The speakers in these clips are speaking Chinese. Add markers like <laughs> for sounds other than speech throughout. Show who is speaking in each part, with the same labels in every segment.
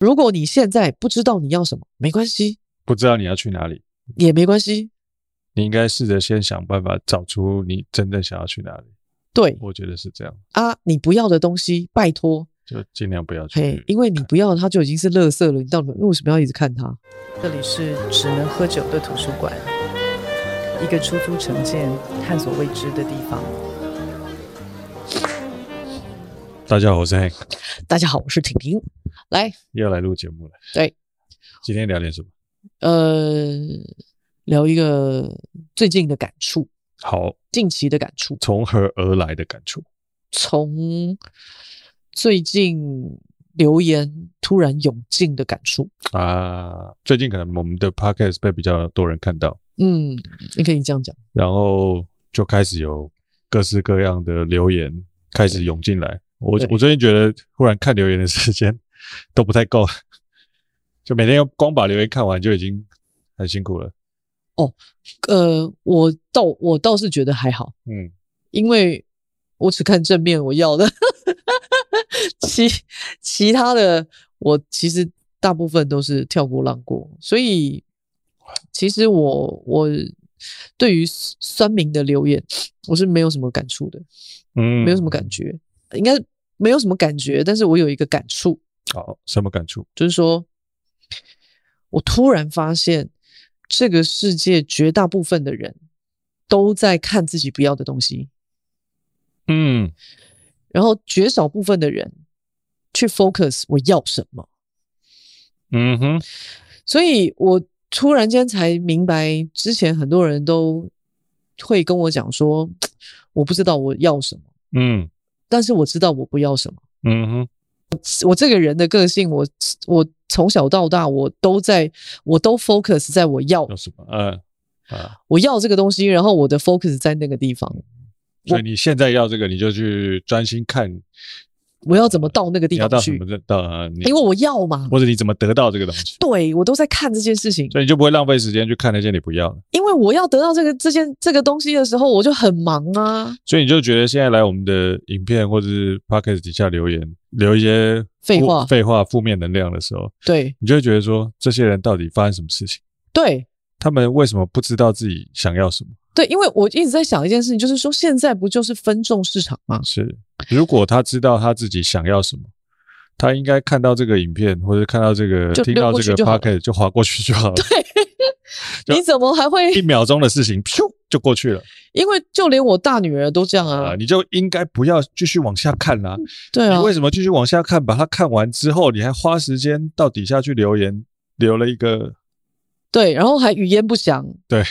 Speaker 1: 如果你现在不知道你要什么，没关系，
Speaker 2: 不知道你要去哪里，
Speaker 1: 也没关系。
Speaker 2: 你应该试着先想办法找出你真正想要去哪里。
Speaker 1: 对
Speaker 2: 我觉得是这样，
Speaker 1: 啊，你不要的东西，拜托，
Speaker 2: 就尽量不要去
Speaker 1: 嘿，因为你不要它就已经是垃圾了，你到底为什么要一直看它？
Speaker 3: 这里是只能喝酒的图书馆，一个出租城建探索未知的地方。
Speaker 2: 大家好，我是 Hank，
Speaker 1: 大家好，我是婷婷，来，
Speaker 2: 又来录节目了。
Speaker 1: 对，
Speaker 2: 今天聊点什么？
Speaker 1: 呃，聊一个最近的感触，
Speaker 2: 好，
Speaker 1: 近期的感触，
Speaker 2: 从何而来的感触？
Speaker 1: 从最近留言突然涌进的感触。
Speaker 2: 啊，最近可能我们的 podcast 被比较多人看到，
Speaker 1: 嗯，你可以这样讲，
Speaker 2: 然后就开始有各式各样的留言开始涌进来。我
Speaker 1: 对
Speaker 2: 我最近觉得，忽然看留言的时间都不太够，就每天要光把留言看完就已经很辛苦了。
Speaker 1: 呃，我倒我倒是觉得还好，
Speaker 2: 嗯，
Speaker 1: 因为我只看正面我要的， <laughs> 其其他的我其实大部分都是跳过浪过，所以其实我我对于酸民的留言，我是没有什么感触的，
Speaker 2: 嗯，
Speaker 1: 没有什么感觉，应该没有什么感觉，但是我有一个感触，
Speaker 2: 好，什么感触？
Speaker 1: 就是说，我突然发现，这个世界绝大部分的人都在看自己不要的东西，
Speaker 2: 嗯，
Speaker 1: 然后绝少部分的人去 focus 我要什么。
Speaker 2: 嗯哼，
Speaker 1: 所以我突然间才明白，之前很多人都会跟我讲说，我不知道我要什么，
Speaker 2: 嗯
Speaker 1: 但是我知道我不要什么。
Speaker 2: 嗯哼，
Speaker 1: 我这个人的个性，我我从小到大，我都在，我都 focus 在我要
Speaker 2: 有什么？呃啊，
Speaker 1: 我要这个东西，然后我的 focus 在那个地方，
Speaker 2: 所以你现在要这个，你就去专心看
Speaker 1: 我要怎么到那个地
Speaker 2: 你要
Speaker 1: 方
Speaker 2: 到什
Speaker 1: 去
Speaker 2: 么？的到啊，你
Speaker 1: 因为我要嘛，
Speaker 2: 或者你怎么得到这个东西，
Speaker 1: 对我都在看这件事情，
Speaker 2: 所以你就不会浪费时间去看那些你不要的。
Speaker 1: 因为我要得到这个这件这个东西的时候，我就很忙啊，
Speaker 2: 所以你就觉得现在来我们的影片或者是 podcast 底下留言，留一些
Speaker 1: 废
Speaker 2: 负
Speaker 1: 话
Speaker 2: 废话、负面能量的时候，
Speaker 1: 对
Speaker 2: 你就会觉得说，这些人到底发生什么事情？
Speaker 1: 对
Speaker 2: 他们为什么不知道自己想要什么？
Speaker 1: 对，因为我一直在想一件事情，就是说现在不就是分众市场吗？
Speaker 2: 是，如果他知道他自己想要什么，他应该看到这个影片或者看到这个
Speaker 1: 就
Speaker 2: 听
Speaker 1: 溜
Speaker 2: 到
Speaker 1: 过
Speaker 2: 这
Speaker 1: 去
Speaker 2: 个
Speaker 1: 就好了
Speaker 2: podcast 就划过去就好了，就
Speaker 1: 你怎么还会？
Speaker 2: 一秒钟的事情， <laughs> 咻就过去了
Speaker 1: 因为就连我大女儿都这样
Speaker 2: 啊、
Speaker 1: 啊，
Speaker 2: 你就应该不要继续往下看啦、
Speaker 1: 对啊
Speaker 2: 你，为什么继续往下看？把它看完之后，你还花时间到底下去留言，留了一个
Speaker 1: 对，然后还语焉不详，
Speaker 2: 对，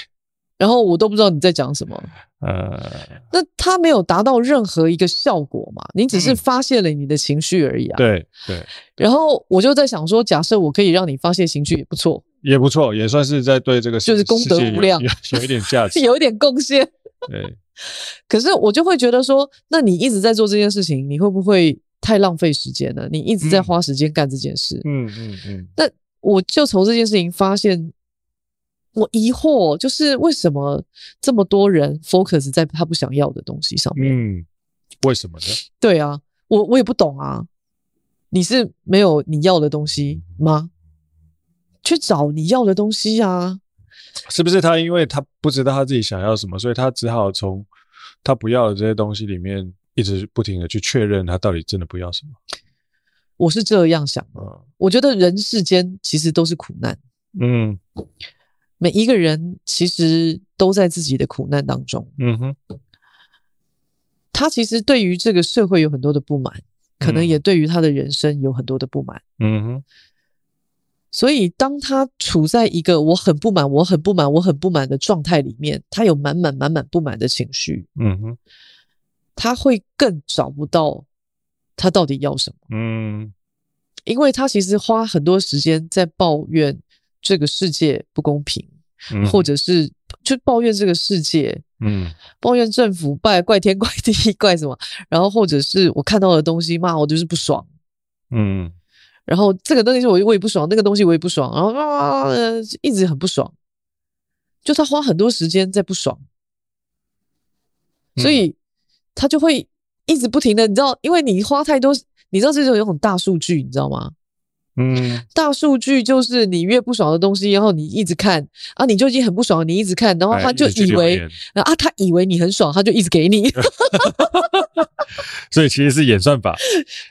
Speaker 1: 然后我都不知道你在讲什么。
Speaker 2: 呃，
Speaker 1: 那他没有达到任何一个效果嘛？你
Speaker 2: 嗯
Speaker 1: 只是发泄了你的情绪而已啊。
Speaker 2: 对对，
Speaker 1: 然后我就在想说，假设我可以让你发泄情绪也不错， <laughs>
Speaker 2: 也不错，也算是在对这个世
Speaker 1: 就是功德
Speaker 2: 世界有
Speaker 1: 无量
Speaker 2: 有有一点价
Speaker 1: <laughs>
Speaker 2: 值。
Speaker 1: 有一点贡献。
Speaker 2: 对，
Speaker 1: 可是我就会觉得说，那你一直在做这件事情，你会不会太浪费时间了？你一直在
Speaker 2: 嗯
Speaker 1: 花时间干这件事，
Speaker 2: 嗯嗯嗯，
Speaker 1: 我就从这件事情发现，我疑惑就是为什么这么多人 focus 在他不想要的东西上面？
Speaker 2: 嗯，为什么呢？
Speaker 1: 对啊，我我也不懂啊。你是没有你要的东西吗？去找你要的东西啊！
Speaker 2: 是不是他因为他不知道他自己想要什么，所以他只好从他不要的这些东西里面一直不停的去确认他到底真的不要什么？
Speaker 1: 我是这样想的。我觉得人世间其实都是苦难，
Speaker 2: 嗯
Speaker 1: 每一个人其实都在自己的苦难当中。
Speaker 2: 嗯哼，
Speaker 1: 他其实对于这个社会有很多的不满，可能
Speaker 2: 嗯
Speaker 1: 也对于他的人生有很多的不满。
Speaker 2: 嗯哼，
Speaker 1: 所以，当他处在一个我很不满、我很不满、我很不满的状态里面，他有满满满满不满的情绪，
Speaker 2: 嗯哼，
Speaker 1: 他会更找不到他到底要什么，
Speaker 2: 嗯
Speaker 1: 因为他其实花很多时间在抱怨这个世界不公平，
Speaker 2: 嗯，
Speaker 1: 或者是就抱怨这个世界，
Speaker 2: 嗯
Speaker 1: 抱怨政府，怪怪天怪地怪什么，然后或者是我看到的东西，骂我就是不爽。
Speaker 2: 嗯
Speaker 1: 然后这个东西我我也不爽，那个东西我也不爽，然后啊、呃一直很不爽，就他花很多时间在不爽，
Speaker 2: 嗯
Speaker 1: 所以他就会一直不停的，你知道，因为你花太多，你知道这种有种大数据，你知道吗？
Speaker 2: 嗯，
Speaker 1: 大数据就是你越不爽的东西，然后你一直看啊，你就已经很不爽了，你一直看，然后
Speaker 2: 哎
Speaker 1: 他就
Speaker 2: 一直去
Speaker 1: 以
Speaker 2: 留
Speaker 1: 为
Speaker 2: 言
Speaker 1: 啊，他以为你很爽，他就一直给
Speaker 2: <laughs>
Speaker 1: 你。
Speaker 2: 所以其实是演算法，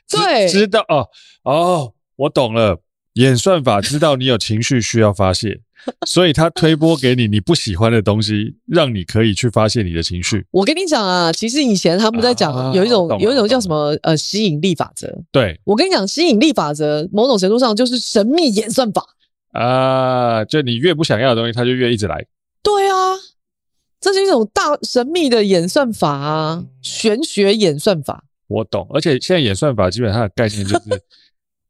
Speaker 2: 知
Speaker 1: 对
Speaker 2: 知道哦哦，我懂了，演算法知道你有情绪需要发泄，所以他推播给你你不喜欢的东西，让你可以去发泄你的情绪。
Speaker 1: 我跟你讲啊，其实以前他们在讲
Speaker 2: 啊
Speaker 1: 有一种、
Speaker 2: 懂了
Speaker 1: 有一种叫什
Speaker 2: 懂
Speaker 1: 么呃吸引力法则。
Speaker 2: 对
Speaker 1: 我跟你讲，吸引力法则某种程度上就是神秘演算法。
Speaker 2: 啊，就你越不想要的东西，他就越一直来。
Speaker 1: 对啊，这是一种大神秘的演算法啊，
Speaker 2: 嗯
Speaker 1: 玄学演算法。
Speaker 2: 我懂，而且现在演算法基本上的概念就是，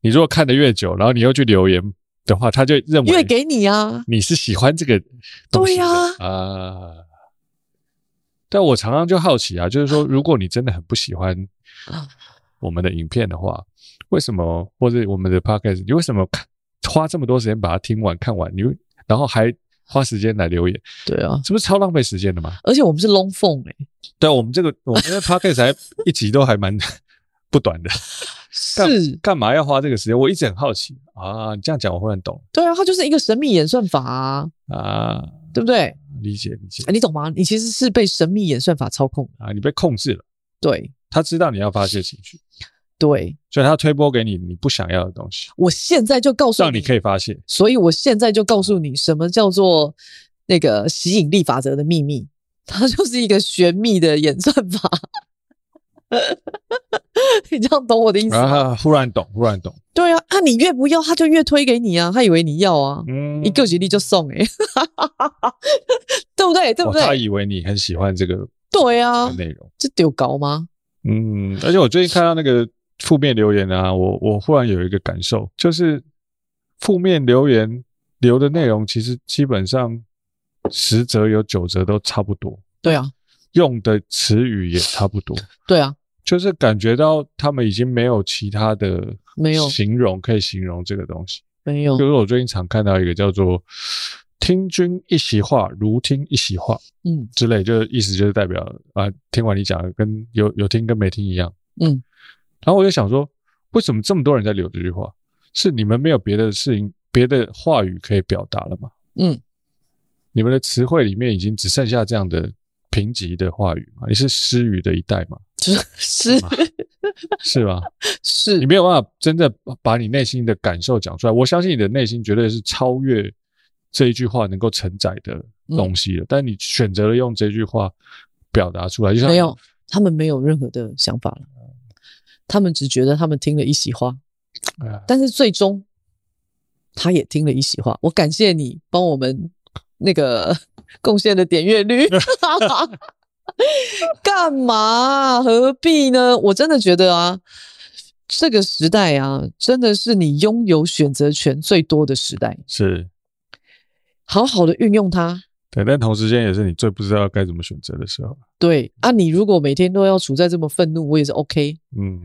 Speaker 2: 你如果看得越久，然后你又去留言的话，他就认为
Speaker 1: 越给你啊，
Speaker 2: 你是喜欢这个东西的
Speaker 1: 对
Speaker 2: 啊、但我常常就好奇啊，就是说，如果你真的很不喜欢我们的影片的话，为什么或者我们的 podcast，你为什么看花这么多时间把它听完看完，你会然后还花时间来留言，
Speaker 1: 对啊，
Speaker 2: 是不是超浪费时间的嘛？
Speaker 1: 而且我们是 long phone 哎、
Speaker 2: 对啊，我们这个我们的 podcast 还一集都还蛮不短的，干
Speaker 1: 是，
Speaker 2: 干嘛要花这个时间？我一直很好奇啊，你这样讲我忽然懂
Speaker 1: 对啊，它就是一个神秘演算法啊，
Speaker 2: 啊，
Speaker 1: 对不对？
Speaker 2: 理解理解
Speaker 1: 哎你懂吗？你其实是被神秘演算法操控的。
Speaker 2: 啊，你被控制了，
Speaker 1: 对
Speaker 2: 他知道你要发泄情绪。
Speaker 1: 对，
Speaker 2: 所以他推播给你你不想要的东西，
Speaker 1: 我现在就告诉
Speaker 2: 让你可以发泄。
Speaker 1: 所以我现在就告诉你，什么叫做那个吸引力法则的秘密，它就是 <laughs> 一个玄秘的演算法。 <laughs> 你这样懂我的意思
Speaker 2: 然
Speaker 1: 吗？
Speaker 2: 后他啊忽然懂，忽然懂，
Speaker 1: 对啊，啊你越不要，他就越推给你啊，他以为你要啊，
Speaker 2: 嗯
Speaker 1: 一个举例就送哎、欸， <laughs> 对不对？对不
Speaker 2: 哇他
Speaker 1: 对？
Speaker 2: 以为你很喜欢这个
Speaker 1: 对啊，
Speaker 2: 内容，
Speaker 1: 这丢高吗？
Speaker 2: 嗯，而且我最近看到那个负面留言啊，我我忽然有一个感受，就是负面留言留的内容其实基本上十则有九则都差不多，
Speaker 1: 对啊，
Speaker 2: 用的词语也差不多，
Speaker 1: 对啊，
Speaker 2: 就是感觉到他们已经没有其他的
Speaker 1: 没有
Speaker 2: 形容可以形容这个东西。
Speaker 1: 没有
Speaker 2: 比，如我最近常看到一个叫做“听君一席话，如听一席话
Speaker 1: 嗯”
Speaker 2: 之类，就是意思就是代表啊、听完你讲的跟有有听跟没听一样。
Speaker 1: 嗯，
Speaker 2: 然后我就想说，为什么这么多人在留这句话？是你们没有别的事情、别的话语可以表达了吗？
Speaker 1: 嗯，
Speaker 2: 你们的词汇里面已经只剩下这样的评级的话语吗？你是失语的一代吗？
Speaker 1: 就是 <laughs> 是
Speaker 2: 是吗？ <laughs>
Speaker 1: 是
Speaker 2: 你没有办法真的把你内心的感受讲出来。我相信你的内心绝对是超越这一句话能够承载的
Speaker 1: 嗯
Speaker 2: 东西的，但你选择了用这句话表达出来，就像
Speaker 1: 没有，他们没有任何的想法了，
Speaker 2: 嗯
Speaker 1: 他们只觉得他们听了一席话，
Speaker 2: 啊
Speaker 1: 但是最终他也听了一席话。我感谢你帮我们那个 <laughs> 贡献的点阅率， <laughs> 干嘛啊、何必呢？我真的觉得啊，这个时代啊，真的是你拥有选择权最多的时代，
Speaker 2: 是
Speaker 1: 好好的运用它。
Speaker 2: 对，但同时间也是你最不知道该怎么选择的时候。
Speaker 1: 对啊，你如果每天都要处在这么愤怒，我也是 OK，
Speaker 2: 嗯，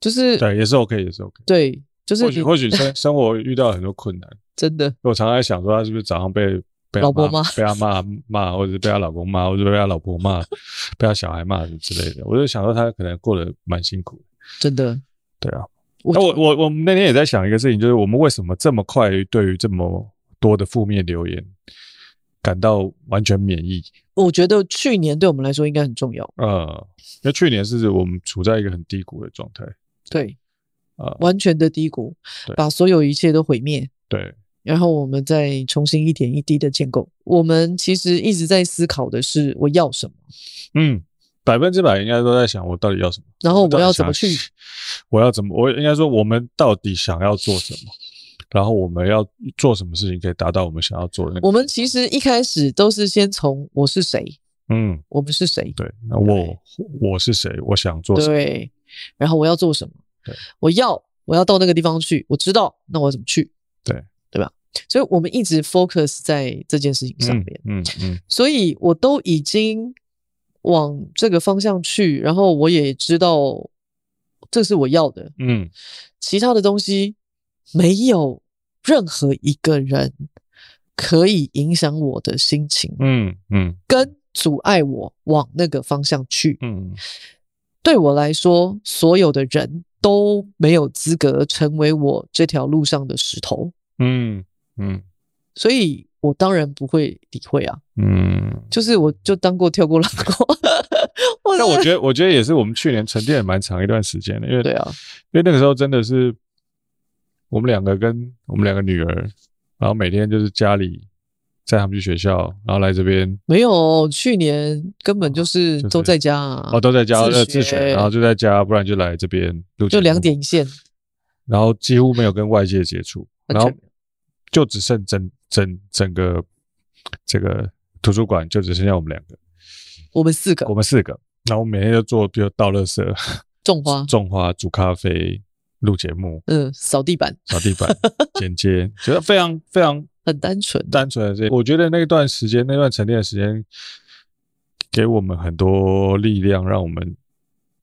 Speaker 1: 就是
Speaker 2: 对，也是 OK，也是 OK。
Speaker 1: 对，就是
Speaker 2: 或许
Speaker 1: 你
Speaker 2: 或许生生活遇到很多困难，
Speaker 1: 真的
Speaker 2: 我常常在想说，他是不是早上被被他
Speaker 1: 老婆
Speaker 2: 妈
Speaker 1: 骂
Speaker 2: 被他妈骂，或者是被他老公骂，或者是被他老婆骂， <laughs> 被他小孩骂之类的。我就想说，他可能过得蛮辛苦的。
Speaker 1: 真的，
Speaker 2: 对啊，
Speaker 1: 我
Speaker 2: 那我我我们那天也在想一个事情，就是我们为什么这么快对于这么多的负面留言感到完全免疫？
Speaker 1: 我觉得去年对我们来说应该很重要，
Speaker 2: 呃，因为去年是我们处在一个很低谷的状态，
Speaker 1: 对，
Speaker 2: 啊
Speaker 1: 完全的低谷
Speaker 2: 对，
Speaker 1: 把所有一切都毁灭，
Speaker 2: 对，
Speaker 1: 然后我们再重新一点一滴的建构。我们其实一直在思考的是我要什么，
Speaker 2: 嗯，百分之百应该都在想我到底要什么，
Speaker 1: 然哦后我
Speaker 2: 到底
Speaker 1: 要怎么
Speaker 2: 想
Speaker 1: 去，
Speaker 2: 我要怎么，我应该说我们到底想要做什么，然后我们要做什么事情可以达到我们想要做的那个，
Speaker 1: 我们其实一开始都是先从我是谁，
Speaker 2: 嗯，
Speaker 1: 我们是谁，
Speaker 2: 对，那我我是谁，我想做什么，
Speaker 1: 对，然后我要做什么
Speaker 2: 对，
Speaker 1: 我要我要到那个地方去，我知道，那我要怎么去，
Speaker 2: 对
Speaker 1: 对吧？所以我们一直 focus 在这件事情上
Speaker 2: 嗯
Speaker 1: 面。
Speaker 2: 嗯嗯，
Speaker 1: 所以我都已经往这个方向去，然后我也知道这是我要的，
Speaker 2: 嗯，
Speaker 1: 其他的东西没有任何一个人可以影响我的心情，
Speaker 2: 嗯嗯
Speaker 1: 跟阻碍我往那个方向去。
Speaker 2: 嗯，
Speaker 1: 对我来说，所有的人都没有资格成为我这条路上的石头，
Speaker 2: 嗯嗯
Speaker 1: 所以我当然不会理会啊。
Speaker 2: 嗯。
Speaker 1: 就是我就当过跳过拉 <laughs> 过， <laughs> 我
Speaker 2: 但我
Speaker 1: 真的
Speaker 2: 觉得，我觉得也是我们去年沉淀了蛮长一段时间的，因为
Speaker 1: 对啊，
Speaker 2: 因为那个时候真的是我们两个跟我们两个女儿，然后每天就是家里载他们去学校，然后来这边
Speaker 1: 没有，去年根本就是
Speaker 2: 就是
Speaker 1: 都在家啊，
Speaker 2: 哦，都在家
Speaker 1: 自
Speaker 2: 呃自
Speaker 1: 学
Speaker 2: 学，然后就在家，不然就来这边录节
Speaker 1: 就
Speaker 2: 目
Speaker 1: 两，点一线，
Speaker 2: 然后几乎没有跟外界接触，
Speaker 1: 完
Speaker 2: 然
Speaker 1: 全
Speaker 2: 后就只剩整整整个这个图书馆就只剩下我们两个，
Speaker 1: 我们四个
Speaker 2: 我们四个，然后我们每天就做，比如倒垃圾、
Speaker 1: 种花，
Speaker 2: <laughs> 种花、煮咖啡、录节目、
Speaker 1: 嗯，扫地板，<laughs>
Speaker 2: 扫地板、剪接，觉得非常非常
Speaker 1: 很单纯，
Speaker 2: 单纯的这，我觉得那段时间那段沉淀的时间，给我们很多力量，让我们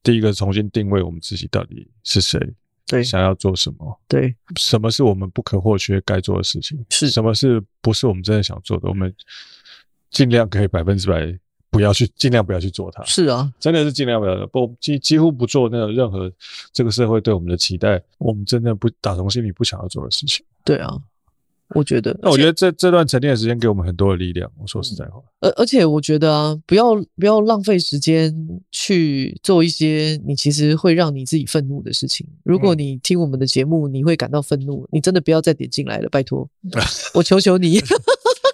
Speaker 2: 第一个重新定位我们自己到底是谁，
Speaker 1: 对
Speaker 2: 想要做什么，
Speaker 1: 对，
Speaker 2: 什么是我们不可或缺该做的事情，
Speaker 1: 是
Speaker 2: 什么是不是我们真的想做的，我们尽量可以百分之百不要去，尽量不要去做它，
Speaker 1: 是啊，
Speaker 2: 真的是尽量不要不几几乎不做那种任何这个社会对我们的期待，我们真的不打从心里不想要做的事情。
Speaker 1: 对啊，我觉得，
Speaker 2: 那我觉得这这段沉淀的时间给我们很多的力量，我说实在话。
Speaker 1: 而而且我觉得啊，不要不要浪费时间去做一些你其实会让你自己愤怒的事情。如果
Speaker 2: 嗯
Speaker 1: 你听我们的节目，你会感到愤怒，你真的不要再点进来了，拜托，
Speaker 2: <laughs>
Speaker 1: 我求求你，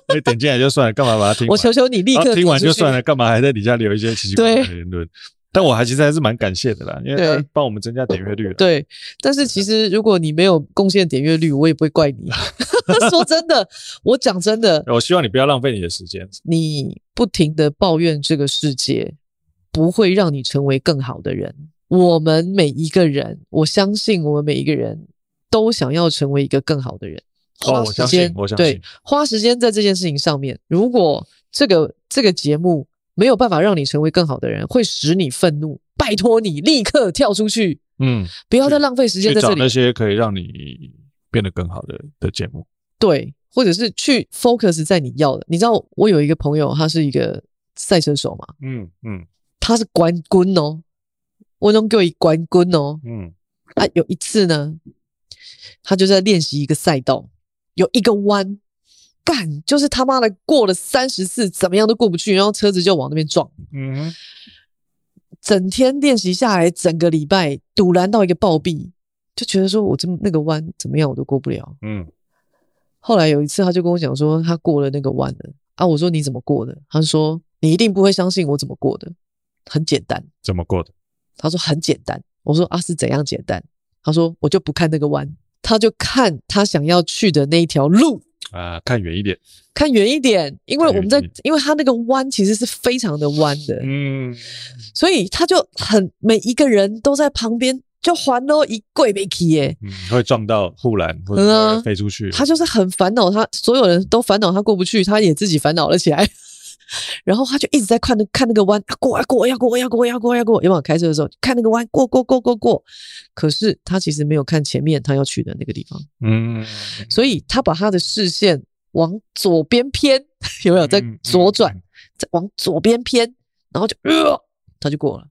Speaker 2: 那点进来就算了，干嘛把它听完？
Speaker 1: 我求求你立
Speaker 2: 然后
Speaker 1: 刻
Speaker 2: 哦听完
Speaker 1: 点出
Speaker 2: 就
Speaker 1: 去
Speaker 2: 算了，，干嘛还在底下留一些奇奇怪怪的言论？但我还其实还是蛮感谢的啦，因为哎
Speaker 1: 对
Speaker 2: 他帮我们增加点阅率了。
Speaker 1: 对，但是其实如果你没有贡献点阅率，我也不会怪你。 <laughs> 说真的，我讲真的，
Speaker 2: 我希望你不要浪费你的时间。
Speaker 1: 你不停的抱怨这个世界，不会让你成为更好的人。我们每一个人，我相信我们每一个人都想要成为一个更好的人。
Speaker 2: 哦，
Speaker 1: 花
Speaker 2: 我
Speaker 1: 时
Speaker 2: 相信
Speaker 1: 间，，
Speaker 2: 我相
Speaker 1: 对
Speaker 2: 信，，
Speaker 1: 花时间在这件事情上面。如果这个这个节目没有办法让你成为更好的人，会使你愤怒，拜托你立刻跳出去，
Speaker 2: 嗯，
Speaker 1: 不要
Speaker 2: 去
Speaker 1: 再浪费时间
Speaker 2: 去
Speaker 1: 在这
Speaker 2: 找
Speaker 1: 里
Speaker 2: 那。些可以让你变得更好的的节目。
Speaker 1: 对，或者是去 focus 在你要的。你知道，我有一个朋友，他是一个赛车手嘛，
Speaker 2: 嗯嗯
Speaker 1: 他是冠军哦，我能给我一冠军哦。
Speaker 2: 嗯
Speaker 1: 啊，有一次呢，他就在练习一个赛道，有一个弯，干就是他妈的过了三十次，怎么样都过不去，然后车子就往那边撞。
Speaker 2: 嗯
Speaker 1: 整天练习下来，整个礼拜堵拦到一个暴毙，就觉得说我这那个弯怎么样我都过不了。
Speaker 2: 嗯
Speaker 1: 后来有一次，他就跟我讲说，他过了那个弯了啊。我说你怎么过的？他说你一定不会相信我怎么过的，很简单。
Speaker 2: 怎么过的？
Speaker 1: 他说很简单。我说啊，是怎样简单？他说我就不看那个弯，他就看他想要去的那一条路，
Speaker 2: 啊，看远一点。
Speaker 1: 看远一点，因为
Speaker 2: 看远
Speaker 1: 我们在
Speaker 2: 一点，
Speaker 1: 因为他那个弯其实是非常的弯的，
Speaker 2: 嗯，
Speaker 1: 所以他就很每一个人都在旁边就还喽一跪没起耶，
Speaker 2: 嗯会撞到护栏或
Speaker 1: 嗯
Speaker 2: 者
Speaker 1: 啊
Speaker 2: 飞出去。
Speaker 1: 他就是很烦恼，他所有人都烦恼他过不去，他也自己烦恼了起来。然后他就一直在看那看那个弯，啊过啊过要过要过要过要过，有没有开车的时候看那个弯过过过过过？可是他其实没有看前面他要去的那个地方，
Speaker 2: 嗯，
Speaker 1: 所以他把他的视线往左边偏，有没有在
Speaker 2: 嗯
Speaker 1: 左转，，
Speaker 2: 嗯嗯
Speaker 1: 再往左边偏，然后就、呃、他就过了。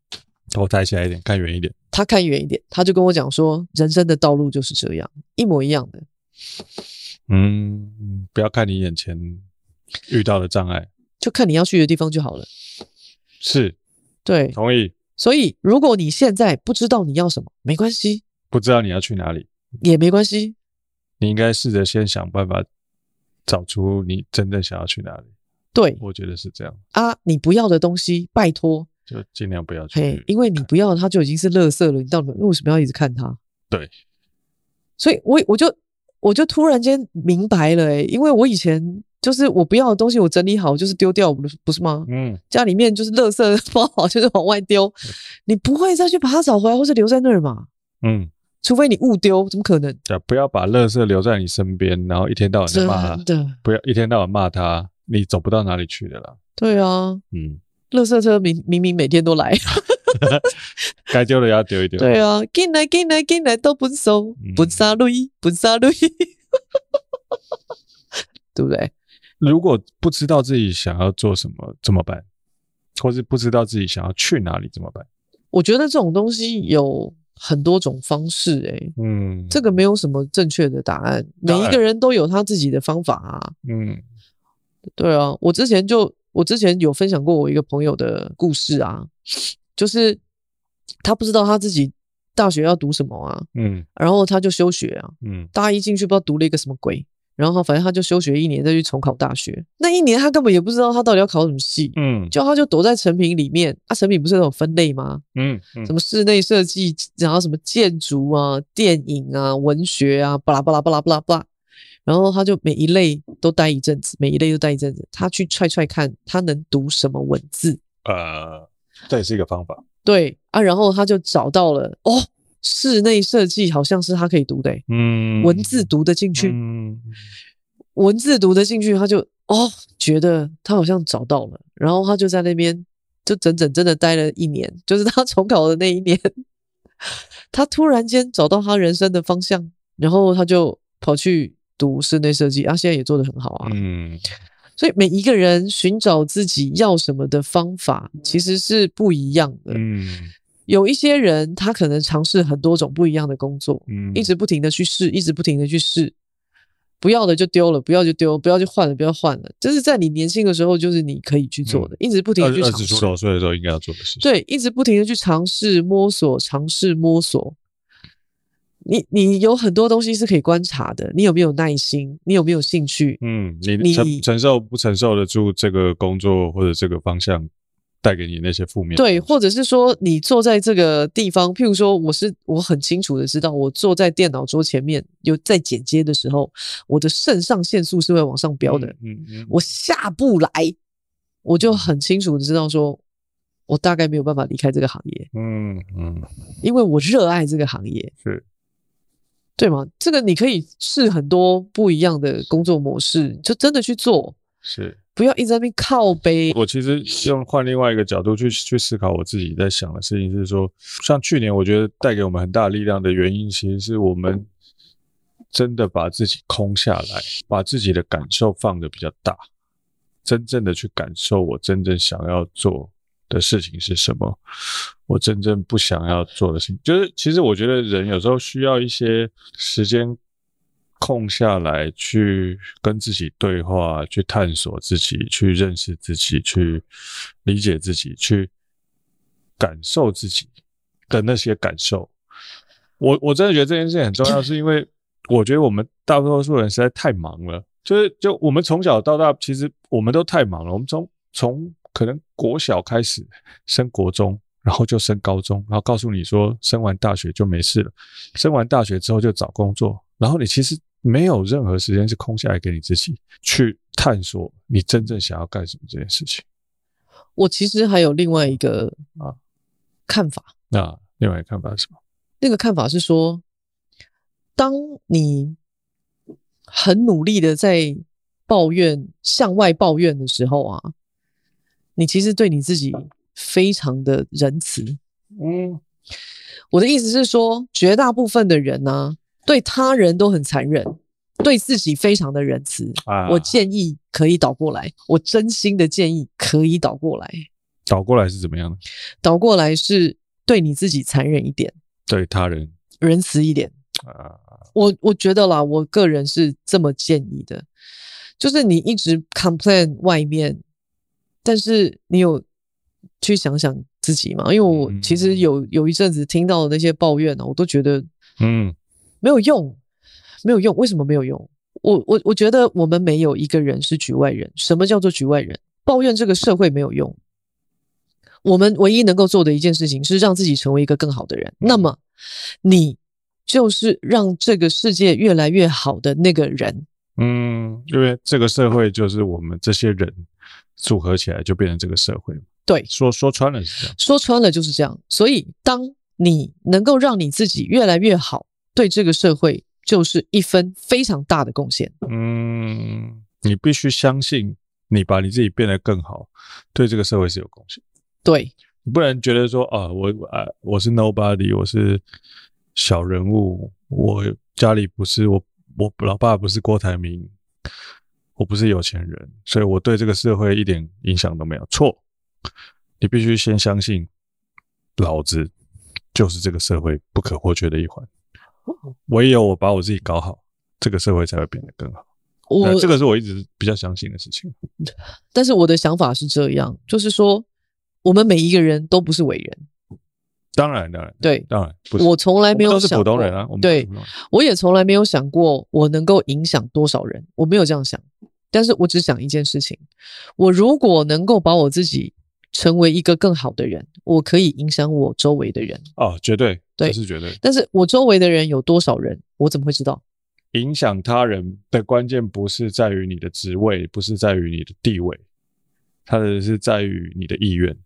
Speaker 2: 头抬起来一点，看远一点。
Speaker 1: 他看远一点，他就跟我讲说，人生的道路就是这样，一模一样的。
Speaker 2: 嗯，不要看你眼前遇到的障碍，
Speaker 1: 就看你要去的地方就好了。
Speaker 2: 是
Speaker 1: 对，
Speaker 2: 同意。
Speaker 1: 所以，如果你现在不知道你要什么，没关系，
Speaker 2: 不知道你要去哪里，
Speaker 1: 也没关系。
Speaker 2: 你应该试着先想办法找出你真正想要去哪里。
Speaker 1: 对
Speaker 2: 我觉得是这样，
Speaker 1: 啊，你不要的东西，拜托，
Speaker 2: 就尽量不要
Speaker 1: 嘿
Speaker 2: 去，。
Speaker 1: 因为你不要的，它就已经是垃圾了，你到底为什么要一直看它？
Speaker 2: 对，
Speaker 1: 所以我我就我就突然间明白了、欸，因为我以前就是我不要的东西，我整理好就是丢掉，不是不是吗？
Speaker 2: 嗯，
Speaker 1: 家里面就是垃圾 <laughs> 包好就是往外丢，你不会再去把它找回来，或是留在那儿嘛？
Speaker 2: 嗯，
Speaker 1: 除非你误丢，怎么可能？
Speaker 2: 对，不要把垃圾留在你身边，然后一天到晚在
Speaker 1: 真
Speaker 2: 骂他，
Speaker 1: 的，
Speaker 2: 不要一天到晚骂他，你走不到哪里去的啦。
Speaker 1: 对啊，
Speaker 2: 嗯，
Speaker 1: 垃圾车明明明每天都来。
Speaker 2: 该丢的要丢一丢。
Speaker 1: 对啊，进来进来进来都本手
Speaker 2: 嗯，
Speaker 1: 本杀瑞，本杀瑞， <laughs> 对不对？
Speaker 2: 如果不知道自己想要做什么怎么办，或是不知道自己想要去哪里怎么办？
Speaker 1: 我觉得这种东西有很多种方式、欸，诶，
Speaker 2: 嗯，
Speaker 1: 这个没有什么正确的答案，每
Speaker 2: 当
Speaker 1: 一
Speaker 2: 然
Speaker 1: 个人都有他自己的方法啊。
Speaker 2: 嗯
Speaker 1: 对啊，我之前就我之前有分享过我一个朋友的故事啊，就是他不知道他自己大学要读什么啊，
Speaker 2: 嗯
Speaker 1: 然后他就休学啊，
Speaker 2: 嗯
Speaker 1: 大一进去不知道读了一个什么鬼，然后反正他就休学一年再去重考大学，那一年他根本也不知道他到底要考什么系。
Speaker 2: 嗯
Speaker 1: 就他就躲在成品里面，啊，成品不是有那种分类吗？
Speaker 2: 嗯
Speaker 1: 什么室内设计，然后什么建筑啊、电影啊、文学啊，巴拉巴拉巴拉巴拉巴拉。然后他就每一类都待一阵子，每一类都待一阵子，他去踹踹看他能读什么文字。
Speaker 2: 呃，这也是一个方法。
Speaker 1: 对啊，然后他就找到了哦，室内设计好像是他可以读的欸、
Speaker 2: 嗯，
Speaker 1: 文字读得进去，
Speaker 2: 嗯
Speaker 1: 文字读得进去，他就哦觉得他好像找到了，然后他就在那边就整整真的待了一年，就是他重考的那一年， <laughs> 他突然间找到他人生的方向，然后他就跑去读室内设计，啊，现在也做得很好啊。
Speaker 2: 嗯
Speaker 1: 所以每一个人寻找自己要什么的方法其实是不一样的。
Speaker 2: 嗯
Speaker 1: 有一些人他可能尝试很多种不一样的工作，
Speaker 2: 嗯，
Speaker 1: 一直不停的去试，一直不停的去试，不要的就丢了，不要就丢，不要就换了，不要换了，这是在你年轻的时候，就是你可以去做的，一直不停
Speaker 2: 嗯二
Speaker 1: 的去
Speaker 2: 二
Speaker 1: 尝
Speaker 2: 十
Speaker 1: 试
Speaker 2: 出，头岁的时候应该要做的事情。
Speaker 1: 对，一直不停的去尝试、摸索、尝试、摸索。你你有很多东西是可以观察的，你有没有耐心？你有没有兴趣？
Speaker 2: 嗯，你
Speaker 1: 你
Speaker 2: 承承受不承受得住这个工作或者这个方向带给你那些负面？
Speaker 1: 对，，或者是说你坐在这个地方，譬如说我是我很清楚的知道，我坐在电脑桌前面有在剪接的时候，我的肾上腺素是会往上飙的，
Speaker 2: 嗯嗯，
Speaker 1: 我下不来，我就很清楚的知道说，我大概没有办法离开这个行业，
Speaker 2: 嗯嗯
Speaker 1: 因为我热爱这个行业，
Speaker 2: 是，
Speaker 1: 对吗？这个你可以试很多不一样的工作模式，就真的去做，
Speaker 2: 是。
Speaker 1: 不要一直在那边靠背。
Speaker 2: 我其实用换另外一个角度去去思考我自己在想的事情是说，像去年我觉得带给我们很大力量的原因，其实是我们真的把自己空下来，把自己的感受放的比较大，真正的去感受我真正想要做的事情是什么，我真正不想要做的事情，就是其实我觉得人有时候需要一些时间空下来，去跟自己对话，去探索自己，去认识自己，去理解自己，去感受自己的那些感受。我我真的觉得这件事情很重要，是因为我觉得我们大多数人实在太忙了，就是就我们从小到大，其实我们都太忙了。我们从从可能国小开始升国中，然后就升高中，然后告诉你说升完大学就没事了，升完大学之后就找工作，然后你其实没有任何时间是空下来给你自己去探索你真正想要干什么这件事情。
Speaker 1: 我其实还有另外一个
Speaker 2: 啊
Speaker 1: 看法，
Speaker 2: 那另外一个看法是什么？
Speaker 1: 那个看法是说，当你很努力的在抱怨、向外抱怨的时候啊，你其实对你自己非常的仁慈。
Speaker 2: 嗯
Speaker 1: 我的意思是说，绝大部分的人呢、对他人都很残忍，对自己非常的仁慈。
Speaker 2: 啊，
Speaker 1: 我建议可以倒过来，我真心的建议可以倒过来，
Speaker 2: 倒过来是怎么样的？
Speaker 1: 倒过来是对你自己残忍一点，
Speaker 2: 对他人
Speaker 1: 仁慈一点。
Speaker 2: 啊，
Speaker 1: 我我觉得啦，我个人是这么建议的，就是你一直 complain 外面，但是你有去想想自己嘛？因为我
Speaker 2: 嗯
Speaker 1: 其实有有一阵子听到的那些抱怨啊呢、我都觉得
Speaker 2: 嗯
Speaker 1: 没有用，没有用。为什么没有用？我我我觉得我们没有一个人是局外人。什么叫做局外人？抱怨这个社会没有用。我们唯一能够做的一件事情是让自己成为一个更好的人。
Speaker 2: 嗯
Speaker 1: 那么，你就是让这个世界越来越好的那个人。
Speaker 2: 嗯，因为这个社会就是我们这些人组合起来就变成这个社会嘛。
Speaker 1: 对
Speaker 2: 说说穿了是这样。
Speaker 1: 说穿了就是这样。所以，当你能够让你自己越来越好，对这个社会就是一分非常大的贡献。
Speaker 2: 嗯，你必须相信你把你自己变得更好，对这个社会是有贡献。
Speaker 1: 对，
Speaker 2: 你不能觉得说啊，我啊我是 nobody，我是小人物，我家里不是我我老爸不是郭台铭，我不是有钱人，所以我对这个社会一点影响都没有。错，你必须先相信老子就是这个社会不可或缺的一环。
Speaker 1: 哦
Speaker 2: 唯有我把我自己搞好，这个社会才会变得更好。
Speaker 1: 我、
Speaker 2: 那这个是我一直比较相信的事情。
Speaker 1: 但是我的想法是这样，就是说我们每一个人都不是伟人，
Speaker 2: 当然，当然，
Speaker 1: 对
Speaker 2: 当然不是。
Speaker 1: 我从来没
Speaker 2: 我
Speaker 1: 有
Speaker 2: 们都是
Speaker 1: 想
Speaker 2: 普通
Speaker 1: 过
Speaker 2: 人啊，我们
Speaker 1: 对
Speaker 2: 都是普通人
Speaker 1: 我也从来没有想过我能够影响多少人，我没有这样想。但是我只想一件事情：我如果能够把我自己成为一个更好的人，我可以影响我周围的人。
Speaker 2: 哦，绝对，
Speaker 1: 对
Speaker 2: 这是绝对。
Speaker 1: 但是我周围的人有多少人，我怎么会知道？
Speaker 2: 影响他人的关键不是在于你的职位，不是在于你的地位，它的是在于你的意愿。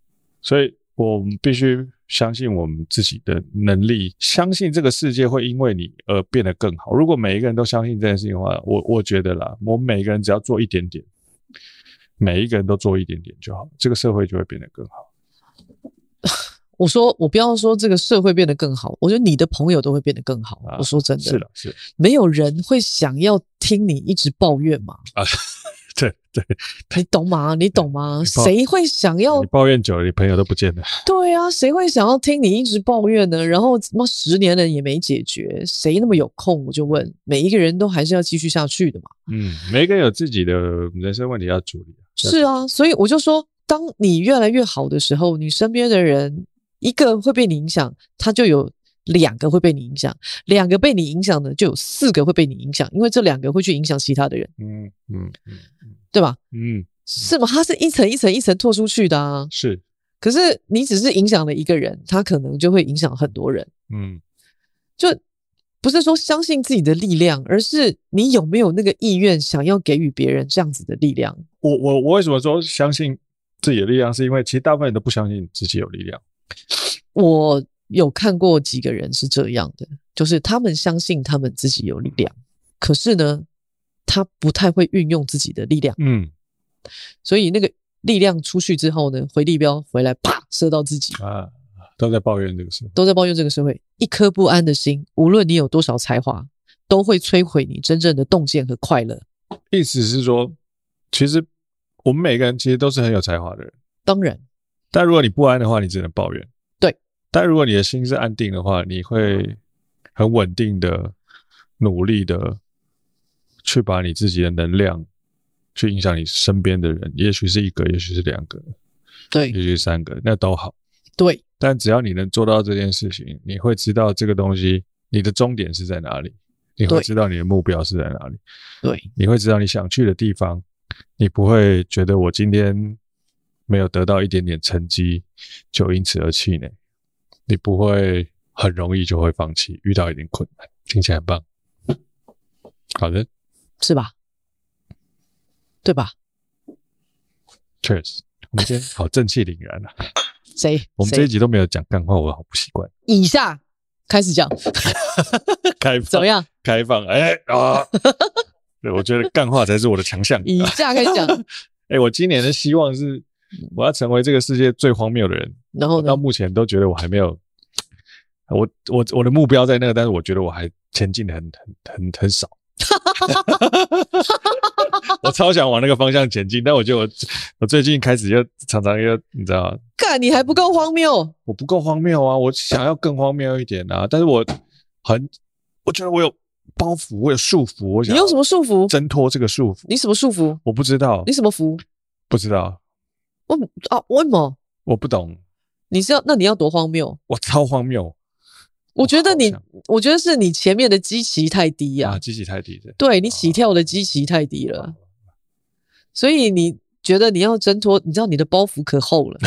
Speaker 2: 所以我们必须相信我们自己的能力，相信这个世界会因为你而变得更好。如果每一个人都相信这件事情的话，我我觉得啦，我们每一个人只要做一点点，每一个人都做一点点就好，这个社会就会变得更好。
Speaker 1: 我说，我不要说这个社会变得更好，我觉得你的朋友都会变得更好。
Speaker 2: 啊
Speaker 1: 我说真的，
Speaker 2: 是了，是啦
Speaker 1: 没有人会想要听你一直抱怨嘛，
Speaker 2: 啊， <laughs> 对对，
Speaker 1: 你懂吗？你懂吗？
Speaker 2: 抱
Speaker 1: 谁会想要
Speaker 2: 你抱怨久了，你朋友都不见了。
Speaker 1: 对啊，谁会想要听你一直抱怨呢？然后他妈十年了也没解决，谁那么有空？我就问，每一个人都还是要继续下去的嘛。
Speaker 2: 嗯，每一个人有自己的人生问题要处理。要
Speaker 1: 是啊，所以我就说，当你越来越好的时候，你身边的人一个会被你影响，他就有两个会被你影响，两个被你影响的就有四个会被你影响，因为这两个会去影响其他的人，
Speaker 2: 嗯嗯嗯
Speaker 1: 对吧？
Speaker 2: 嗯，
Speaker 1: 是吗？它是一层一层一层拓出去的啊。
Speaker 2: 是，
Speaker 1: 可是你只是影响了一个人，他可能就会影响很多人。
Speaker 2: 嗯
Speaker 1: 就不是说相信自己的力量，而是你有没有那个意愿想要给予别人这样子的力量。
Speaker 2: 我我我为什么说相信自己的力量，是因为其实大部分人都不相信自己有力量。
Speaker 1: 我有看过几个人是这样的，就是他们相信他们自己有力量，可是呢，他不太会运用自己的力量，
Speaker 2: 嗯
Speaker 1: 所以那个力量出去之后呢，回力镖回来啪射到自己，
Speaker 2: 啊，都在抱怨这个事。
Speaker 1: 都在抱怨这个社会，一颗不安的心，无论你有多少才华，都会摧毁你真正的洞见和快乐。
Speaker 2: 意思是说，其实我们每个人其实都是很有才华的人，
Speaker 1: 当然，
Speaker 2: 但如果你不安的话，你只能抱怨。
Speaker 1: 对，
Speaker 2: 但如果你的心是安定的话，你会很稳定的、努力的去把你自己的能量去影响你身边的人，也许是一个，也许是两个，也
Speaker 1: 对
Speaker 2: 许是三个，那都好。
Speaker 1: 对，
Speaker 2: 但只要你能做到这件事情，你会知道这个东西你的终点是在哪里，你会
Speaker 1: 对
Speaker 2: 知道你的目标是在哪里。
Speaker 1: 对，
Speaker 2: 你会知道你想去的地方，你不会觉得我今天没有得到一点点成绩就因此而气馁，你不会很容易就会放弃，遇到一点困难，听起来很棒。好的
Speaker 1: 是吧？对吧？
Speaker 2: ，Cheers！我们今天好正气凛然啊！
Speaker 1: 谁？
Speaker 2: 我们
Speaker 1: 谁
Speaker 2: 这一集都没有讲干话，我好不习
Speaker 1: <laughs>
Speaker 2: 惯。
Speaker 1: 以下开始讲，
Speaker 2: 开
Speaker 1: 怎
Speaker 2: 放
Speaker 1: 么，样？
Speaker 2: 开放，哎啊！对，我觉得干话才是我的强项。
Speaker 1: 以下开始讲，
Speaker 2: 哎，我今年的希望是，我要成为这个世界最荒谬的人。
Speaker 1: 然后
Speaker 2: 我到
Speaker 1: 呢？
Speaker 2: <laughs> 目前都觉得我还没有，我我我的目标在那个，但是我觉得我还前进的很很很很少。我超想往那个方向前进，但我觉得我我最近开始又常常又你知道，
Speaker 1: 干，你还不够荒谬，
Speaker 2: 我不够荒谬啊，我想要更荒谬一点啊，但是我很我觉得我有包袱，我有束缚，我
Speaker 1: 你
Speaker 2: 想
Speaker 1: 有什么束缚？
Speaker 2: 挣脱这个束缚？
Speaker 1: 你什么束缚？
Speaker 2: 我不知道
Speaker 1: 你，什么缚？
Speaker 2: 不知道，
Speaker 1: 我啊，为什么？
Speaker 2: 我不懂，
Speaker 1: 你是要那你要多荒谬？
Speaker 2: 我超荒谬
Speaker 1: 我觉得你
Speaker 2: 好，
Speaker 1: 我觉得是你前面的基期太低呀、
Speaker 2: 啊，积极太低的。
Speaker 1: 对你起跳的基期太低了，所以你觉得你要挣脱，你知道你的包袱可厚了，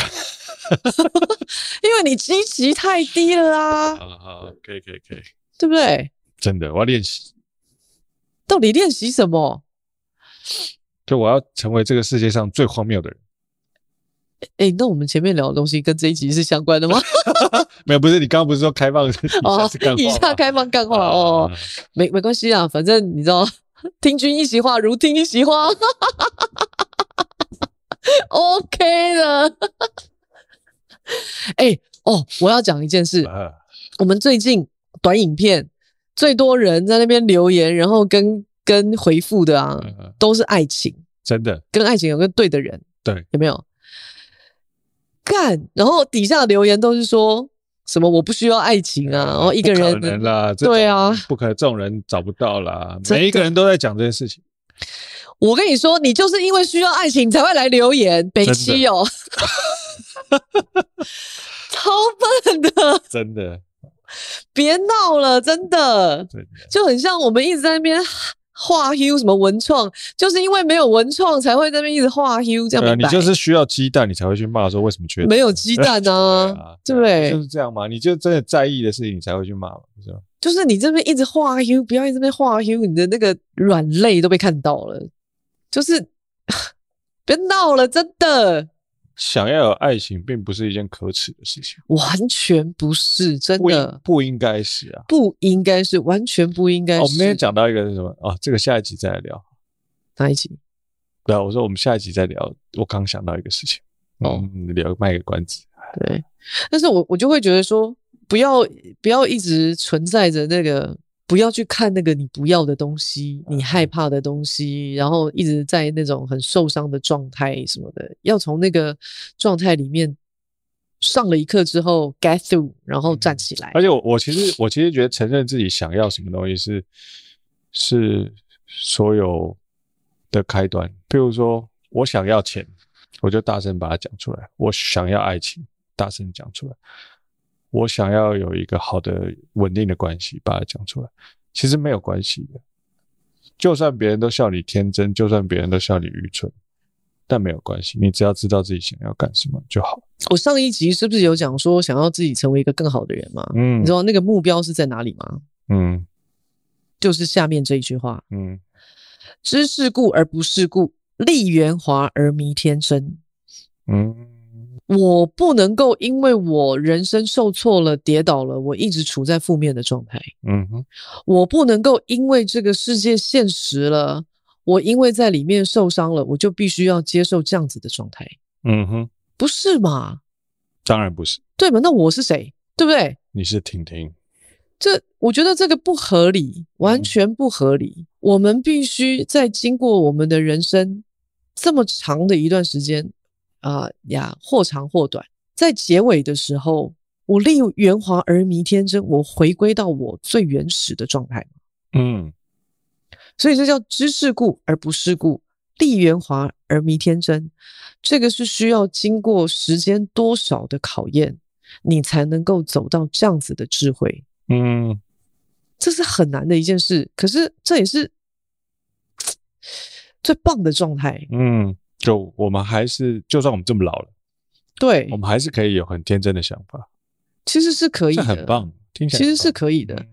Speaker 1: 因为你基期太低了啊，
Speaker 2: 好了好了，可以可以可以，
Speaker 1: 对不对？
Speaker 2: 真的，我要练习，
Speaker 1: 到底练习什么？
Speaker 2: 就我要成为这个世界上最荒谬的人。
Speaker 1: 哎，那我们前面聊的东西跟这一集是相关的吗？
Speaker 2: 没有，不是 <laughs> 你刚刚不是说开放以下
Speaker 1: 哦
Speaker 2: 是干，话
Speaker 1: 以下
Speaker 2: 吗
Speaker 1: 开放干话哦，，没没关系啊，反正你知道，听君一席话，如听一席话 <laughs> ，OK 的。 <laughs> 哎、哦，我要讲一件事，
Speaker 2: 啊啊
Speaker 1: 我们最近短影片最多人在那边留言，然后跟跟回复的啊，
Speaker 2: 啊
Speaker 1: 都是爱情，
Speaker 2: 真的
Speaker 1: 跟爱情有个对的人，
Speaker 2: 对，
Speaker 1: 有没有？干，然后底下留言都是说什么我不需要爱情啊，然后一个
Speaker 2: 不可
Speaker 1: 人
Speaker 2: 能啦，这
Speaker 1: 对啊
Speaker 2: 种不可这种人找不到啦，
Speaker 1: 真的
Speaker 2: 每一个人都在讲这件事情，
Speaker 1: 我跟你说，你就是因为需要爱情才会来留言，北
Speaker 2: 真的
Speaker 1: 七哦， <laughs> 超笨的，
Speaker 2: 真的，
Speaker 1: 别闹了，真的
Speaker 2: 真的，
Speaker 1: 就很像我们一直在那边画 U 什么文创，就是因为没有文创才会在那边一直画 U 这样
Speaker 2: 对啊，
Speaker 1: 明
Speaker 2: 你
Speaker 1: 白、
Speaker 2: 就是需要鸡蛋，你才会去骂说为什么缺
Speaker 1: 没有鸡蛋
Speaker 2: 蛋
Speaker 1: 啊，
Speaker 2: 啊，
Speaker 1: 对不对
Speaker 2: 就是这样嘛，你就真的在意的事情，你才会去骂嘛，是吧？
Speaker 1: 就是你这边一直画 U，不要一直在那边画 U，你的那个软肋都被看到了，就是 <sighs> 别闹了，真的。
Speaker 2: 想要有爱情，并不是一件可耻的事情，
Speaker 1: 完全不是，真
Speaker 2: 不
Speaker 1: 的
Speaker 2: 应不应该是啊。
Speaker 1: 不应该是，完全不应该是。
Speaker 2: 哦我们那天讲到一个是什么啊？这个下一集再来聊。
Speaker 1: 哪一集？
Speaker 2: 对啊，我说我们下一集再聊。我刚想到一个事情，
Speaker 1: 哦
Speaker 2: 嗯，聊卖个关子。
Speaker 1: 对，但是我我就会觉得说，不要不要一直存在着那个，不要去看那个你不要的东西，
Speaker 2: 嗯
Speaker 1: 你害怕的东西，然后一直在那种很受伤的状态什么的，要从那个状态里面上了一课之后 get through，然后站起来。
Speaker 2: 嗯而且我我其实我其实觉得承认自己想要什么东西是是所有的开端。譬如说我想要钱，我就大声把它讲出来；我想要爱情，大声讲出来；我想要有一个好的稳定的关系，把它讲出来。其实没有关系的，就算别人都笑你天真，就算别人都笑你愚蠢，但没有关系，你只要知道自己想要干什么就好。
Speaker 1: 我上一集是不是有讲说想要自己成为一个更好的人嘛？
Speaker 2: 嗯
Speaker 1: 你知道那个目标是在哪里吗？
Speaker 2: 嗯
Speaker 1: 就是下面这一句话。
Speaker 2: 嗯，
Speaker 1: 知世故而不世故，立圆滑而迷天真。
Speaker 2: 嗯，
Speaker 1: 我不能够因为我人生受挫了、跌倒了，我一直处在负面的状态。
Speaker 2: 嗯哼，
Speaker 1: 我不能够因为这个世界现实了，我因为在里面受伤了，我就必须要接受这样子的状态，
Speaker 2: 嗯哼，
Speaker 1: 不是嘛？
Speaker 2: 当然不是，
Speaker 1: 对吗？那我是谁？对不对？
Speaker 2: 你是婷婷。
Speaker 1: 这我觉得这个不合理，完全不合理。我们必须在经过我们的人生这么长的一段时间，啊、呀，或长或短，在结尾的时候，我利用圆滑而迷天真，我回归到我最原始的状态。
Speaker 2: 嗯
Speaker 1: 所以这叫知世故而不世故，立圆滑而迷天真。这个是需要经过时间多少的考验，你才能够走到这样子的智慧。
Speaker 2: 嗯，
Speaker 1: 这是很难的一件事，可是这也是最棒的状态。
Speaker 2: 嗯，就我们还是，就算我们这么老了，
Speaker 1: 对
Speaker 2: 我，们还是可以有很天真的想法，
Speaker 1: 其实是可以
Speaker 2: 这
Speaker 1: 的，
Speaker 2: 很，棒，嗯听起来
Speaker 1: 其实是
Speaker 2: 以
Speaker 1: 可以的。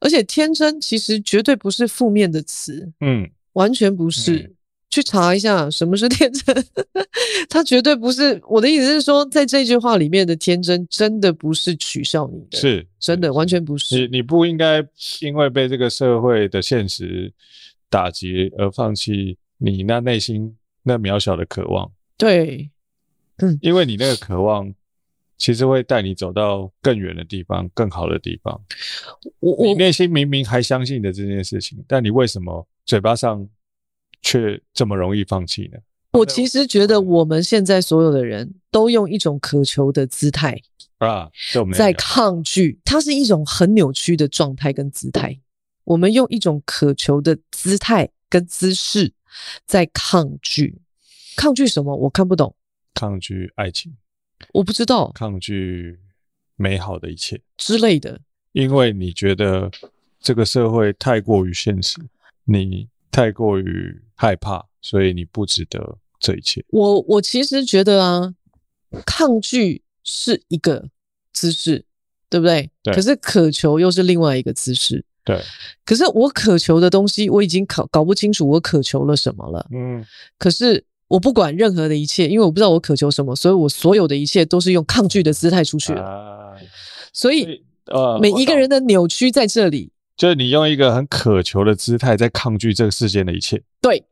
Speaker 1: 而且天真其实绝对不是负面的词，
Speaker 2: 嗯
Speaker 1: 完全不是。
Speaker 2: 嗯
Speaker 1: 去查一下什么是天真，它绝对不是我的意思是说，在这句话里面的天真，真的不是取笑你的，
Speaker 2: 是
Speaker 1: 真的
Speaker 2: 是
Speaker 1: 完全不是。
Speaker 2: 你你不应该因为被这个社会的现实打击而放弃你那内心那渺小的渴望，
Speaker 1: 对，
Speaker 2: 因为你那个渴望其实会带你走到更远的地方，更好的地方。
Speaker 1: 我
Speaker 2: 你
Speaker 1: 我
Speaker 2: 内心明明还相信的这件事情，但你为什么嘴巴上却这么容易放弃呢？
Speaker 1: 我其实觉
Speaker 2: 嗯
Speaker 1: 得我们现在所有的人都用一种渴求的姿态
Speaker 2: 啊，这我们
Speaker 1: 在
Speaker 2: 看，
Speaker 1: 抗拒，它是一种很扭曲的状态跟姿态。我们用一种渴求的姿态跟姿势在抗拒，抗拒什么？我看不懂，
Speaker 2: 抗拒爱情，
Speaker 1: 我不知道
Speaker 2: 抗拒美好的一切，
Speaker 1: 之类的。
Speaker 2: 因为你觉得这个社会太过于现实，你太过于害怕，所以你不值得这一切。
Speaker 1: 我我其实觉得啊，抗拒是一个姿势，对不对？
Speaker 2: 对
Speaker 1: 可是渴求又是另外一个姿势。
Speaker 2: 对，
Speaker 1: 可是我渴求的东西，我已经搞搞不清楚我渴求了什么了。
Speaker 2: 嗯
Speaker 1: 可是我不管任何的一切，因为我不知道我渴求什么，所以我所有的一切都是用抗拒的姿态出去了。
Speaker 2: 啊，
Speaker 1: 所
Speaker 2: 所
Speaker 1: 以
Speaker 2: 以呃，
Speaker 1: 每
Speaker 2: 我
Speaker 1: 一个
Speaker 2: 懂
Speaker 1: 人的扭曲在这里，
Speaker 2: 就是你用一个很渴求的姿态在抗拒这个世间的一切，
Speaker 1: 对，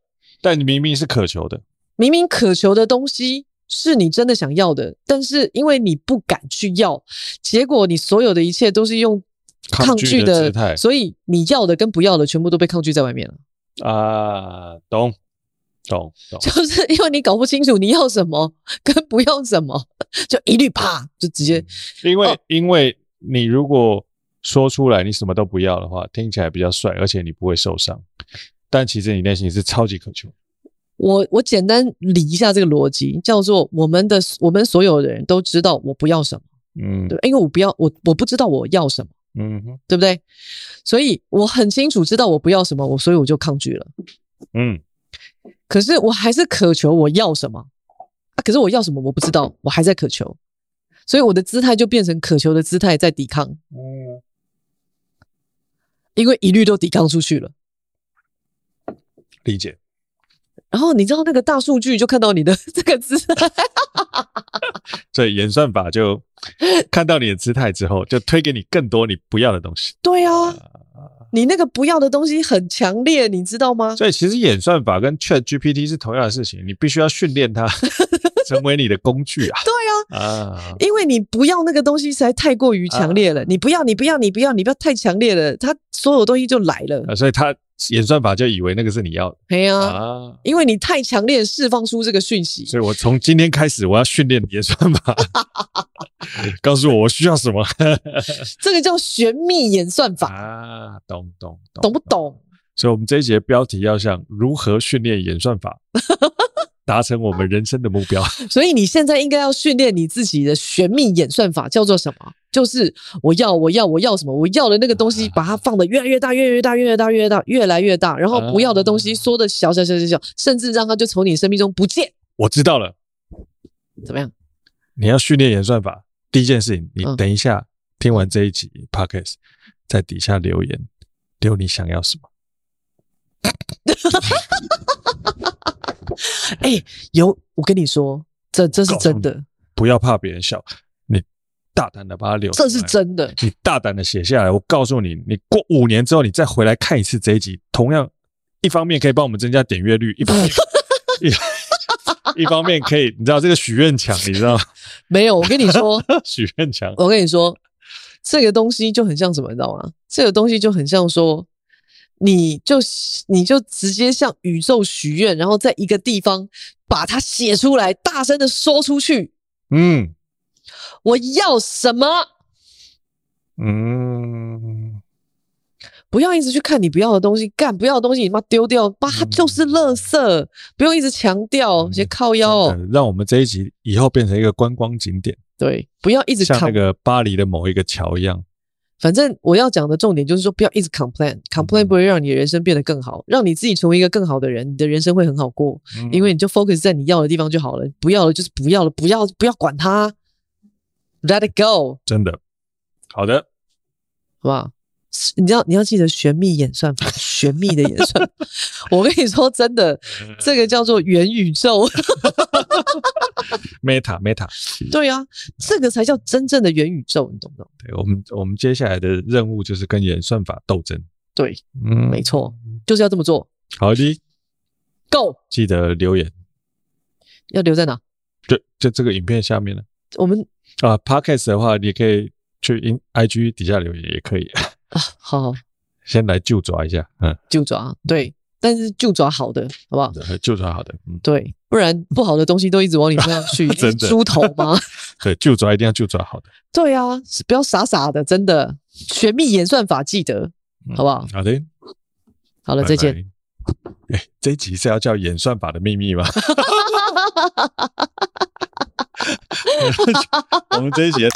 Speaker 2: 但你明明是渴求的。
Speaker 1: 明明渴求的东西是你真的想要的，但是因为你不敢去要，结果你所有的一切都是用
Speaker 2: 抗
Speaker 1: 抗
Speaker 2: 拒
Speaker 1: 拒
Speaker 2: 的姿态哦
Speaker 1: 所以你要的跟不要的全部都被抗拒在外面了。
Speaker 2: 啊，懂，懂
Speaker 1: <laughs>
Speaker 2: 懂，
Speaker 1: 就是因为你搞不清楚你要什么跟不要什么，就一律啪就直接
Speaker 2: 因为、
Speaker 1: 哦
Speaker 2: 因为你如果说出来你什么都不要的话，听起来比较帅，而且你不会受伤，但其实你内心是超级渴求。
Speaker 1: 我我简单理一下这个逻辑，叫做我们的我们所有的人都知道我不要什么，
Speaker 2: 嗯
Speaker 1: 对，因为我不要我我不知道我要什么，
Speaker 2: 嗯哼
Speaker 1: 对不对？所以我很清楚知道我不要什么，我所以我就抗拒了。
Speaker 2: 嗯，
Speaker 1: 可是我还是渴求我要什么啊？可是我要什么我不知道，我还在渴求，所以我的姿态就变成渴求的姿态在抵抗，
Speaker 2: 嗯
Speaker 1: 因为一律都抵抗出去了。
Speaker 2: 理解。
Speaker 1: 然后你知道那个大数据就看到你的 <laughs> 这个姿态，
Speaker 2: 所以演算法
Speaker 1: <laughs>
Speaker 2: 就看到你的姿态之后，就推给你更多你不要的东西。
Speaker 1: 对啊，你那个不要的东西很强烈，你知道吗？
Speaker 2: 所以其实演算法跟 Chat GPT 是同样的事情，你必须要训练
Speaker 1: <laughs>
Speaker 2: 它成为你的工具啊
Speaker 1: 对啊，
Speaker 2: 啊！
Speaker 1: 因为你不要那个东西实在太过于强烈了，你不要，你不要，你不要，你不要太强烈了，它所有东西就来了。
Speaker 2: 啊所以它演算法就以为那个是你要的
Speaker 1: 哎呀、
Speaker 2: 啊。
Speaker 1: 因为你太强烈释放出这个讯息，
Speaker 2: 所以我从今天开始，我要训练演算法，
Speaker 1: <laughs>
Speaker 2: 告诉我我需要什么
Speaker 1: 这个叫玄秘演算法，
Speaker 2: 啊？懂懂懂，
Speaker 1: 懂不？懂？
Speaker 2: 所以我们这一节标题要像如何训练演算
Speaker 1: <laughs>
Speaker 2: 法，达成我们人生的目标。
Speaker 1: 所以你现在应该要训练你自己的玄秘演算法，叫做什么？就是我要，我要，我要什么？我要的那个东
Speaker 2: 啊
Speaker 1: 西，把它放的越来越大，越来越大，越来越大，越来越大，越来越大，然后不要的
Speaker 2: 啊
Speaker 1: 东西缩的小小小小小，甚至让它就从你生命中不见，
Speaker 2: 我知道了。
Speaker 1: 怎么样？
Speaker 2: 你要训练演算法，第一件事情，你
Speaker 1: 嗯
Speaker 2: 等一下听完这一集 podcast，在底下留言，留你想要什么。
Speaker 1: 哎、有，我跟你说，这这是真的，
Speaker 2: 不要怕别人笑，你大胆的把它留下
Speaker 1: 这
Speaker 2: 来，
Speaker 1: 是真的。
Speaker 2: 你大胆的写下来。我告诉你，你过五年之后，你再回来看一次这一集，同样一方面可以帮我们增加点
Speaker 1: <laughs>
Speaker 2: 阅率，一方面 <laughs> 一一方面可以，你知道这个许愿墙，你知道吗？ <laughs>
Speaker 1: 没有，我跟你说，
Speaker 2: 许愿墙，
Speaker 1: 我跟你说，这个东西就很像什么，你知道吗？这个东西就很像说，你就你就直接向宇宙许愿，然后在一个地方把它写出来，大声的说出去，
Speaker 2: 嗯
Speaker 1: 我要什么？
Speaker 2: 嗯，
Speaker 1: 不要一直去看你不要的东西，干不要的东西，你妈丢掉，妈它就是垃圾，不用一直强调，
Speaker 2: 嗯
Speaker 1: 些靠腰哦
Speaker 2: 真，的让我们这一集以后变成一个观光景点。
Speaker 1: 对，不要一直
Speaker 2: 像
Speaker 1: 扛
Speaker 2: 那个巴黎的某一个桥一样，
Speaker 1: 反正我要讲的重点就是说，不要一直 complain，complain 不会让你的人生变得更好，让你自己成为一个更好的人，你的人生会很好过，
Speaker 2: 嗯
Speaker 1: 因为你就 focus 在你要的地方就好了，不要的就是不要了，不要不要管它，let it go，
Speaker 2: 真的好的，
Speaker 1: 好不好？你要你要记得玄秘演算法，玄秘的演算法。我跟你说，真的，这个叫做元宇宙。
Speaker 2: Meta Meta，
Speaker 1: <laughs> 对啊，这个才叫真正的元宇宙，你懂不懂？
Speaker 2: 对我们我们接下来的任务就是跟演算法斗争。
Speaker 1: 对，
Speaker 2: 嗯
Speaker 1: 没错，就是要这么做。
Speaker 2: 好的，
Speaker 1: Go
Speaker 2: 记得留言，
Speaker 1: 要留在哪？
Speaker 2: 就就这个影片下面了
Speaker 1: 我们
Speaker 2: 啊。Podcast 的话，你也可以去 in IG 底下留言，也可以 <laughs>
Speaker 1: 啊，好好
Speaker 2: 先来就抓一下，嗯，
Speaker 1: 就抓对，但是就抓好的，好不好？
Speaker 2: 就抓好的，嗯，
Speaker 1: 对，不然不好的东西都一直往你身上去，
Speaker 2: <laughs> 真的
Speaker 1: 猪头吗？ <laughs>
Speaker 2: 对，就抓一定要就抓好的，
Speaker 1: 对啊，不要傻傻的，真的，玄秘演算法记得，
Speaker 2: 嗯
Speaker 1: 好不好？
Speaker 2: 好的，
Speaker 1: 好
Speaker 2: 好
Speaker 1: 了，再见。。
Speaker 2: 哎，这一集是要叫演算法的秘密吗？
Speaker 1: <laughs>
Speaker 2: 我们这一集的